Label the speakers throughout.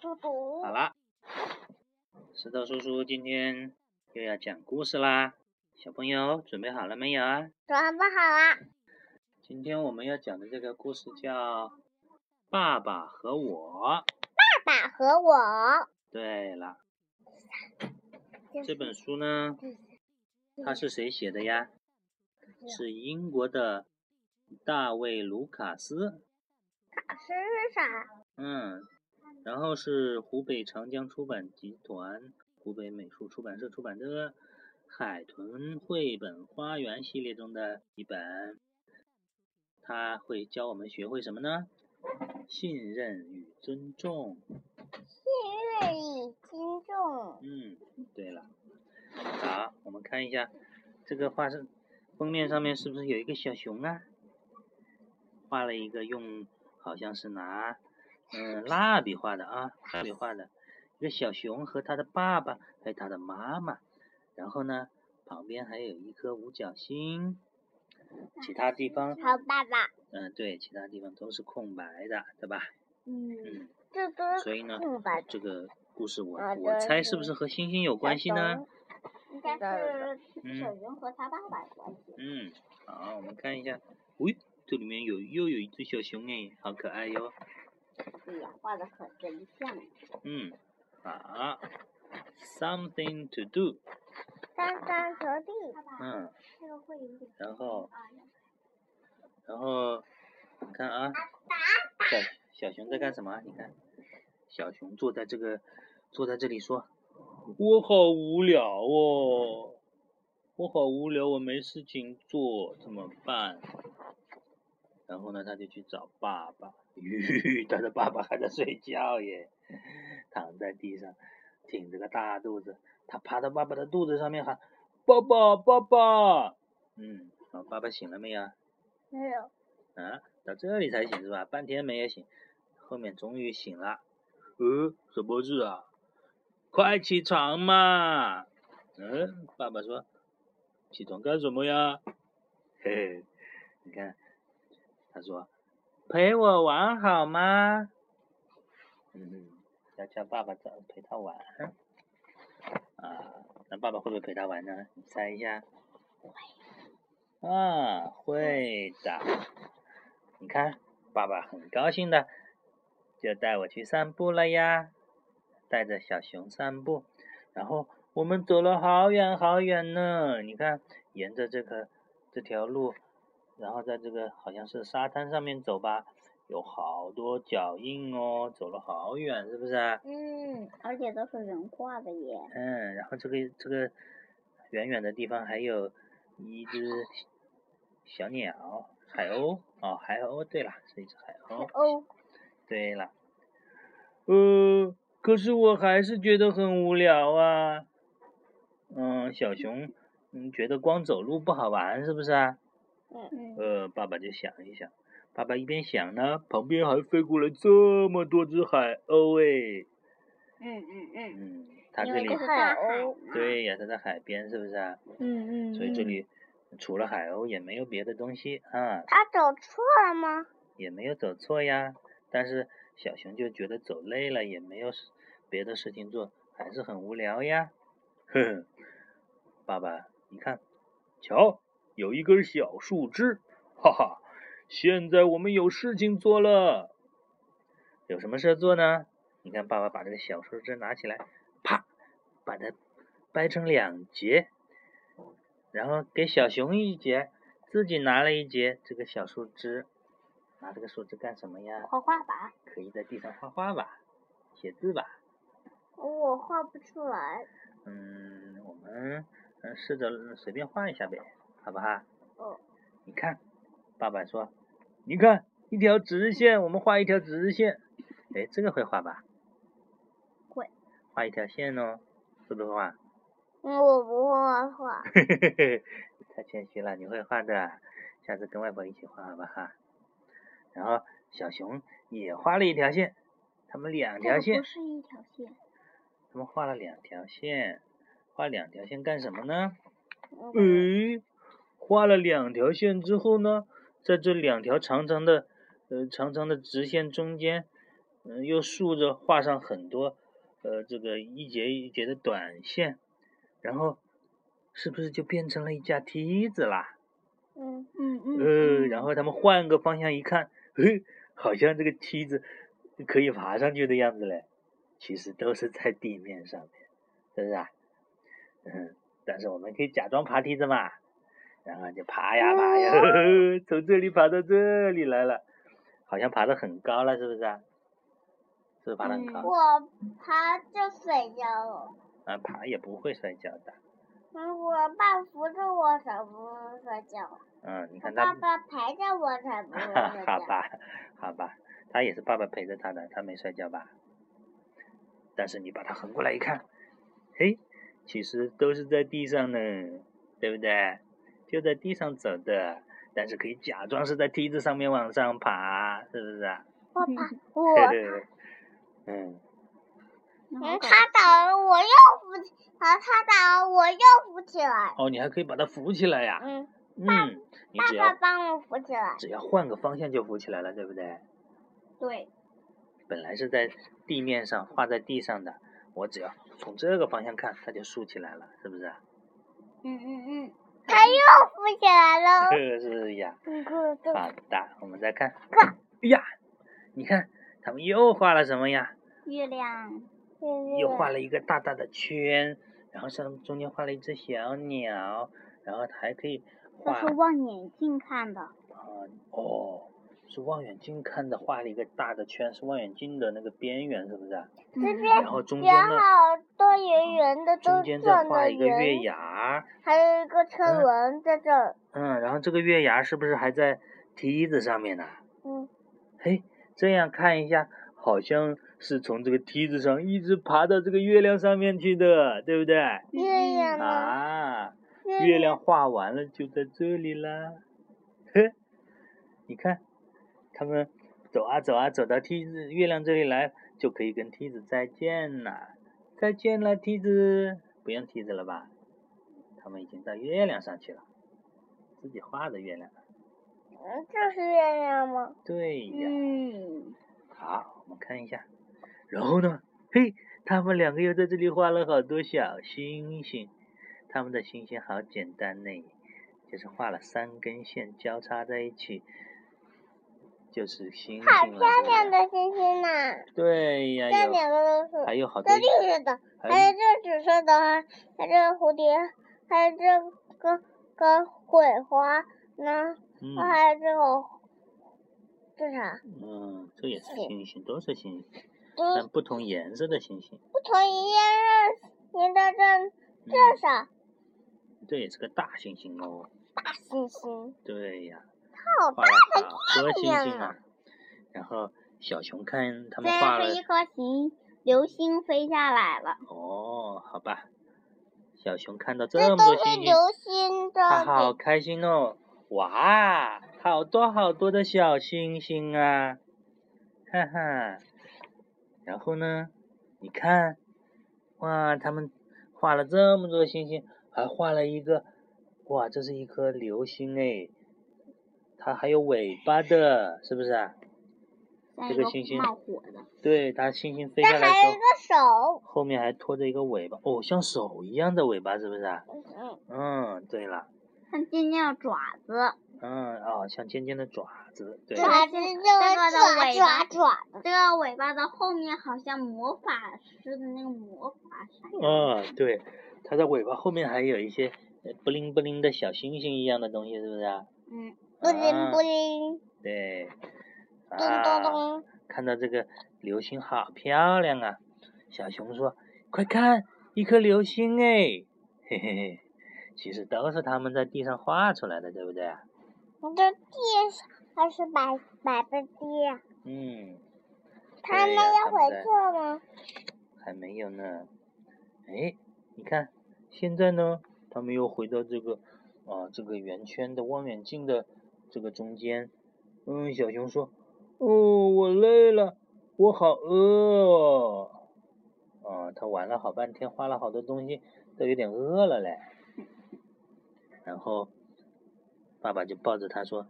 Speaker 1: 叔叔
Speaker 2: 好啦，石头叔叔今天又要讲故事啦，小朋友准备好了没有啊？
Speaker 1: 准备好啦，
Speaker 2: 今天我们要讲的这个故事叫《爸爸和我》。
Speaker 1: 爸爸和我。
Speaker 2: 对了，
Speaker 1: 这
Speaker 2: 这本书呢，它是谁写的呀？是英国的大卫·卢卡斯，
Speaker 1: 老师是啥？
Speaker 2: 嗯，然后是湖北长江出版集团、湖北美术出版社出版的《海豚绘本花园》系列中的一本。它会教我们学会什么呢？信任与尊重。
Speaker 1: 信任与尊重。
Speaker 2: 嗯，对了，好，我们看一下这个画是封面上面是不是有一个小熊啊？画了一个用好像是拿嗯蜡笔画的啊，蜡笔画的一个小熊和他的爸爸还有他的妈妈，然后呢旁边还有一颗五角星，其他地方
Speaker 1: 好爸爸。
Speaker 2: 嗯对，其他地方都是空白的，对吧？
Speaker 1: 嗯，
Speaker 2: 嗯，
Speaker 1: 这都
Speaker 2: 所
Speaker 1: 是
Speaker 2: 以呢
Speaker 1: 空白的。
Speaker 2: 这个故事我
Speaker 1: 啊
Speaker 2: 我
Speaker 1: 对
Speaker 2: 猜是不是和星星有关系呢？
Speaker 1: 应该是
Speaker 2: 嗯。
Speaker 1: 熊和他爸爸有关系。
Speaker 2: 嗯，好，我们看一下，喂、这里面有又有一只小熊哎，好可爱哟。
Speaker 1: 对呀，画的可真像。
Speaker 2: 嗯，好，something to do，
Speaker 1: 三三得地。
Speaker 2: 嗯，然后，然后，你看啊，小小熊在干什么啊？你看，小熊坐在这个坐在这里说，我好无聊哦，我好无聊，我没事情做，怎么办？然后呢，他就去找爸爸，咦，他的爸爸还在睡觉耶，躺在地上，挺着个大肚子，他趴到爸爸的肚子上面喊：“爸爸，爸爸。”嗯，好，爸爸醒了没有？
Speaker 1: 没有。
Speaker 2: 啊，到这里才醒是吧？半天没有醒，后面终于醒了。呃，什么事啊？快起床嘛！嗯，爸爸说，起床干什么呀？嘿嘿，你看，他说，陪我玩好吗？嗯，要叫爸爸早陪他玩。啊，那爸爸会不会陪他玩呢？你猜一下。啊，会的。你看，爸爸很高兴的，就带我去散步了呀，带着小熊散步，然后我们走了好远好远呢。你看，沿着这个这条路，然后在这个好像是沙滩上面走吧，有好多脚印哦，走了好远，是不是啊？
Speaker 1: 嗯，而且都是人画的耶。
Speaker 2: 嗯，然后这个这个远远的地方还有一只小鸟，海鸥哦，海鸥。对了，是一只海鸥。
Speaker 1: 哦，
Speaker 2: 对了，呃，可是我还是觉得很无聊啊。嗯，小熊，嗯，觉得光走路不好玩，是不是啊？
Speaker 1: 嗯
Speaker 2: 呃，爸爸就想一想，爸爸一边想呢，旁边还飞过来这么多只海鸥诶。
Speaker 1: 嗯嗯嗯。
Speaker 2: 嗯，它
Speaker 1: 因
Speaker 2: 这
Speaker 1: 为
Speaker 2: 里
Speaker 1: 这是大海嘛。
Speaker 2: 对呀，它在海边，是不是啊？
Speaker 1: 嗯嗯
Speaker 2: 所以这里除了海鸥也没有别的东西啊，
Speaker 1: 他走错了吗？
Speaker 2: 也没有走错呀。但是小熊就觉得走累了，也没有事别的事情做，还是很无聊呀。呵呵，爸爸，你看，瞧，有一根小树枝，哈哈，现在我们有事情做了。有什么事做呢？你看，爸爸把这个小树枝拿起来，啪，把它掰成两截，然后给小熊一截，自己拿了一截这个小树枝。拿这个树枝干什么呀？
Speaker 1: 画画吧，
Speaker 2: 可以在地上画画吧，写字吧。
Speaker 1: 我画不出来。
Speaker 2: 嗯，我们嗯试着随便画一下呗，好不好？
Speaker 1: 哦，
Speaker 2: 你看，爸爸说，你看一条直线，我们画一条直线。哎，这个会画吧？
Speaker 1: 会。
Speaker 2: 画一条线哦，会不会画？
Speaker 1: 嗯我不会画。
Speaker 2: 嘿嘿嘿，太谦虚了，你会画的，下次跟外婆一起画好吧哈。然后小熊也画了一条线，他们两条
Speaker 1: 这个
Speaker 2: 线
Speaker 1: 不。是一条线。
Speaker 2: 他们画了两条线，画两条线干什么呢？
Speaker 1: 嗯，
Speaker 2: 诶，画了两条线之后呢，在这两条长长的，呃，长长的直线中间，嗯，又竖着画上很多呃这个一节一节的短线，然后是不是就变成了一架梯子啦？
Speaker 1: 嗯
Speaker 3: 嗯嗯
Speaker 2: 呃，
Speaker 3: 嗯
Speaker 2: 然后他们换个方向一看，嘿，好像这个梯子可以爬上去的样子嘞。其实都是在地面上面，是不是啊？嗯，但是我们可以假装爬梯子嘛，然后就爬呀爬呀， 呵呵从这里爬到这里来了，好像爬得很高了，是不是啊？是不是爬得很高？
Speaker 1: 我爬着睡觉了。
Speaker 2: 啊，爬也不会摔跤的。
Speaker 1: 嗯，我爸扶着我才不睡觉，
Speaker 2: 嗯，你
Speaker 1: 我
Speaker 2: 看他
Speaker 1: 爸爸陪着我才 不睡
Speaker 2: 哈哈
Speaker 1: 觉。
Speaker 2: 吧，好吧，他也是爸爸陪着他的，他没摔跤吧？但是你把他横过来一看，嘿，其实都是在地上呢，对不对？就在地上走的，但是可以假装是在梯子上面往上爬，是不是啊？
Speaker 1: 我
Speaker 3: 嗯
Speaker 1: 爬
Speaker 3: 嗯，
Speaker 1: 我
Speaker 2: 对对对，嗯，
Speaker 1: 嗯
Speaker 3: 嗯，
Speaker 1: 他倒了，我又扶起，啊，他倒了，我又扶起来。
Speaker 2: 哦，你还可以把它扶起来呀，
Speaker 1: 嗯，
Speaker 2: 嗯，你
Speaker 1: 爸
Speaker 2: 只
Speaker 1: 爸
Speaker 2: 要
Speaker 1: 帮我扶起来。
Speaker 2: 只要换个方向就扶起来了，对不对？
Speaker 1: 对，
Speaker 2: 本来是在地面上画在地上的，我只要从这个方向看，它就竖起来了，是不是啊？
Speaker 3: 嗯嗯嗯，
Speaker 1: 他又扶起来 了。嗯
Speaker 2: 是不是呀？
Speaker 1: 你看这
Speaker 2: 好
Speaker 1: 个，
Speaker 2: 的，我们再看。哎呀，你看他们又画了什么呀？
Speaker 3: 月亮，
Speaker 2: 又画了一个大大的圈，然后上中间画了一只小鸟，然后还可以
Speaker 3: 这
Speaker 2: 画
Speaker 3: 是望远镜看的。
Speaker 2: 啊哦，是望远镜看的，画了一个大的圈，是望远镜的那个边缘，是不是啊？
Speaker 3: 嗯
Speaker 1: 这
Speaker 3: 嗯
Speaker 1: 边
Speaker 2: 然后中间
Speaker 1: 有
Speaker 2: 呢，嗯
Speaker 1: 好多圆圆的，
Speaker 2: 中
Speaker 1: 都
Speaker 2: 间再
Speaker 1: 转
Speaker 2: 画
Speaker 1: 的
Speaker 2: 一个月
Speaker 1: 圆，
Speaker 2: 牙，
Speaker 1: 还有一个车
Speaker 2: 嗯
Speaker 1: 轮在这儿。
Speaker 2: 嗯，然后这个月牙是不是还在梯子上面呢？
Speaker 1: 嗯，
Speaker 2: 嘿，这样看一下，好像是从这个梯子上一直爬到这个月亮上面去的，对不对？
Speaker 1: 月亮
Speaker 3: 嗯
Speaker 1: 呢？
Speaker 2: 啊，月亮画完了就在这里啦。呵，你看，他们走啊走啊，走到梯子月亮这里来，就可以跟梯子再见啦。再见了，梯子，不用梯子了吧？他们已经到月亮上去了，自己画的月亮。
Speaker 1: 嗯，这是月亮吗？
Speaker 2: 对呀。
Speaker 3: 嗯，
Speaker 2: 好，我们看一下。然后呢，嘿，他们两个又在这里画了好多小星星。他们的星星好简单呢，就是画了三根线交叉在一起，就是星星了。
Speaker 1: 好漂亮
Speaker 2: 对吧
Speaker 1: 的星星呐！
Speaker 2: 对
Speaker 1: 这
Speaker 2: 呀，有
Speaker 1: 两个都是
Speaker 2: 还。有好多
Speaker 1: 这，绿色的，还
Speaker 2: 还
Speaker 1: 有这紫色的，还有这蝴蝶，还有这个个桂花呢，
Speaker 2: 嗯
Speaker 1: 还有这个这啥，
Speaker 2: 嗯，这也是
Speaker 1: 是
Speaker 2: 星星，都是星星，
Speaker 1: 都
Speaker 2: 但不同颜色的星星。
Speaker 1: 不同一样的，你的这这
Speaker 2: 嗯，
Speaker 1: 啥
Speaker 2: 这也是个大星星哦。
Speaker 1: 大星星，
Speaker 2: 对呀，
Speaker 1: 好
Speaker 2: 画
Speaker 1: 大
Speaker 2: 了
Speaker 1: 的
Speaker 2: 好多星星
Speaker 1: 亮啊
Speaker 2: 啊。然后小熊看他们画
Speaker 3: 这
Speaker 2: 了
Speaker 3: 是一颗行流星飞下来了。
Speaker 2: 哦，好吧，小熊看到这
Speaker 1: 这都
Speaker 2: 么多
Speaker 1: 是
Speaker 2: 星星，
Speaker 1: 流星
Speaker 2: 它
Speaker 1: 的
Speaker 2: 好开心哦！哇，好多好多的小星星啊，哈哈。然后呢，你看，哇，他们画了这么多星星，还画了一个，哇，这是一颗流星哎，它还有尾巴的，是不是啊？
Speaker 3: 在
Speaker 2: 这
Speaker 3: 一
Speaker 2: 个
Speaker 3: 个
Speaker 2: 星星
Speaker 3: 冒火的，
Speaker 2: 对，它星星飞
Speaker 1: 这
Speaker 2: 下来
Speaker 1: 还
Speaker 2: 之
Speaker 1: 有一
Speaker 2: 后
Speaker 1: 个，手，
Speaker 2: 后面还拖着一个尾巴，哦，像手一样的尾巴，是不是啊？
Speaker 1: 嗯，
Speaker 2: 嗯，对了，
Speaker 3: 它尖尖的爪子，
Speaker 2: 嗯，哦，像尖尖的爪子，对，
Speaker 3: 爪
Speaker 1: 爪子就是爪爪爪，
Speaker 3: 这个尾巴的后面好像魔法师的那个魔法闪耀。
Speaker 2: 嗯，对，它的尾巴后面还有一些呃不灵不灵的小星星一样的东西，是不是啊？
Speaker 3: 嗯，
Speaker 1: 不灵不
Speaker 2: 啊
Speaker 1: 灵，
Speaker 2: 对，
Speaker 1: 咚咚
Speaker 2: 啊，
Speaker 1: 咚，
Speaker 2: 看到这个流星好漂亮啊！小熊说：“快看，一颗流星哎！”嘿嘿嘿，其实都是他们在地上画出来的，对不对啊？
Speaker 1: 这地上还是白白的地呀。
Speaker 2: 嗯，
Speaker 1: 他
Speaker 2: 对
Speaker 1: 们
Speaker 2: 呀
Speaker 1: 要
Speaker 2: 他
Speaker 1: 回
Speaker 2: 们在
Speaker 1: 去了吗？
Speaker 2: 还没有呢。哎，你看，现在呢，他们又回到这个啊、这个圆圈的望远镜的这个中间。嗯，小熊说：“哦，我累了，我好饿哦。”啊，他玩了好半天，画了好多东西，都有点饿了嘞。然后，爸爸就抱着他说：“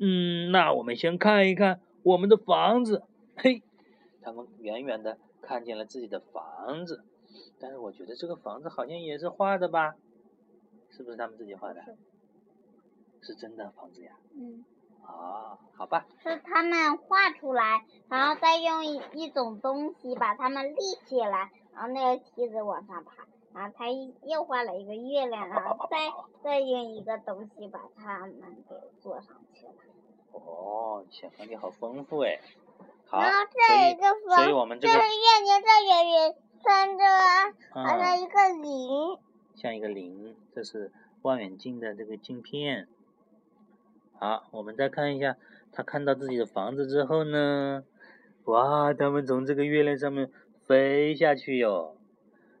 Speaker 2: 嗯，那我们先看一看我们的房子。”嘿，他们远远的看见了自己的房子，但是我觉得这个房子好像也是画的吧？是不是他们自己画的？是真的房子呀？
Speaker 3: 嗯，
Speaker 2: 啊，好吧，
Speaker 3: 是他们画出来，然后再用一一种东西把它们立起来，然后那个梯子往上爬，然后他一又画了一个月亮，然后再再用一个东西把它们给做上去了。
Speaker 2: 哦，想象力好丰富哎。好，
Speaker 1: 然后
Speaker 2: 所
Speaker 1: 这一
Speaker 2: 以
Speaker 1: 个
Speaker 2: 所
Speaker 1: 房
Speaker 2: 以我们这
Speaker 1: 这
Speaker 2: 个
Speaker 1: 是眼睛这圆圆穿着好像
Speaker 2: 嗯，
Speaker 1: 一个铃，
Speaker 2: 像一个零，这是望远镜的这个镜片。好，我们再看一下，他看到自己的房子之后呢，哇，他们从这个月亮上面飞下去哟，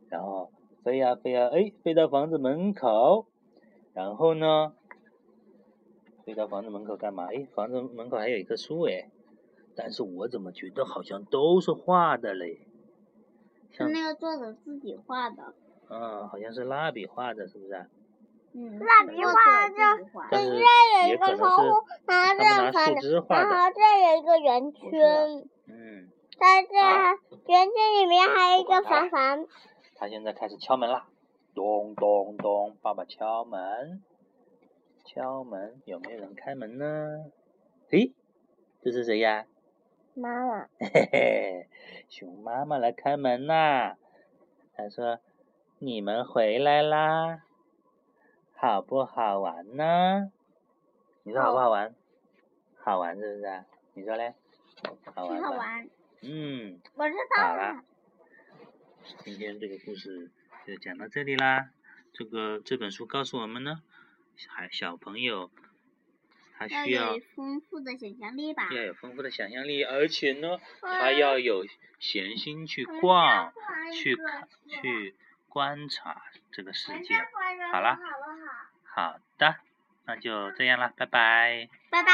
Speaker 2: 然后飞呀、飞呀、哎，飞到房子门口，然后呢，飞到房子门口干嘛？哎，房子门口还有一棵树哎，但是我怎么觉得好像都是画的嘞？
Speaker 3: 是
Speaker 2: 像
Speaker 3: 那个作者自己画的，
Speaker 2: 嗯，好像是蜡笔画的，是不是、啊？
Speaker 3: 嗯，
Speaker 1: 蜡
Speaker 3: 是
Speaker 1: 笔
Speaker 3: 作
Speaker 1: 画
Speaker 3: 者
Speaker 1: 的
Speaker 3: 自己画
Speaker 2: 但
Speaker 1: 对
Speaker 2: 是
Speaker 1: 这有
Speaker 2: 也
Speaker 1: 一
Speaker 2: 可
Speaker 1: 个
Speaker 2: 能
Speaker 1: 窗户，
Speaker 2: 是
Speaker 1: 然后这
Speaker 2: 他
Speaker 1: 样
Speaker 2: 们拿
Speaker 1: 翻
Speaker 2: 树
Speaker 1: 着，
Speaker 2: 枝画
Speaker 1: 然
Speaker 2: 的，
Speaker 1: 后这有一个圆圈，
Speaker 2: 嗯，
Speaker 1: 在这
Speaker 2: 好
Speaker 1: 圆圈里面还有一个
Speaker 2: 我管
Speaker 1: 房
Speaker 2: 它
Speaker 1: 房
Speaker 2: 他现在开始敲门啦，咚咚咚，爸爸敲门，敲门，有没有人开门呢？诶，这是谁呀？
Speaker 1: 妈妈。
Speaker 2: 嘿嘿，熊妈妈来开门啦！她说：“你们回来啦，好不好玩呢？”你说好不好玩？好玩是不是啊？你说嘞？好玩
Speaker 3: 挺
Speaker 2: 吧
Speaker 3: 好。玩，
Speaker 2: 嗯。
Speaker 3: 我知道
Speaker 2: 好
Speaker 3: 了
Speaker 2: 啦。，今天这个故事就讲到这里啦。这个这本书告诉我们呢，还小朋友他
Speaker 3: 要
Speaker 2: 需要
Speaker 3: 有丰富的想象力吧。
Speaker 2: 要有丰富的想象力，而且呢，他
Speaker 3: 哇
Speaker 2: 要有闲心去
Speaker 3: 我们
Speaker 2: 逛、
Speaker 3: 再画一
Speaker 2: 去
Speaker 3: 个
Speaker 2: 看、
Speaker 3: 是
Speaker 2: 去观察这个世
Speaker 3: 吧
Speaker 2: 界。好
Speaker 3: 好
Speaker 2: 啦
Speaker 3: 好不好？
Speaker 2: 好的，那就这样啦，拜拜。
Speaker 3: 拜拜。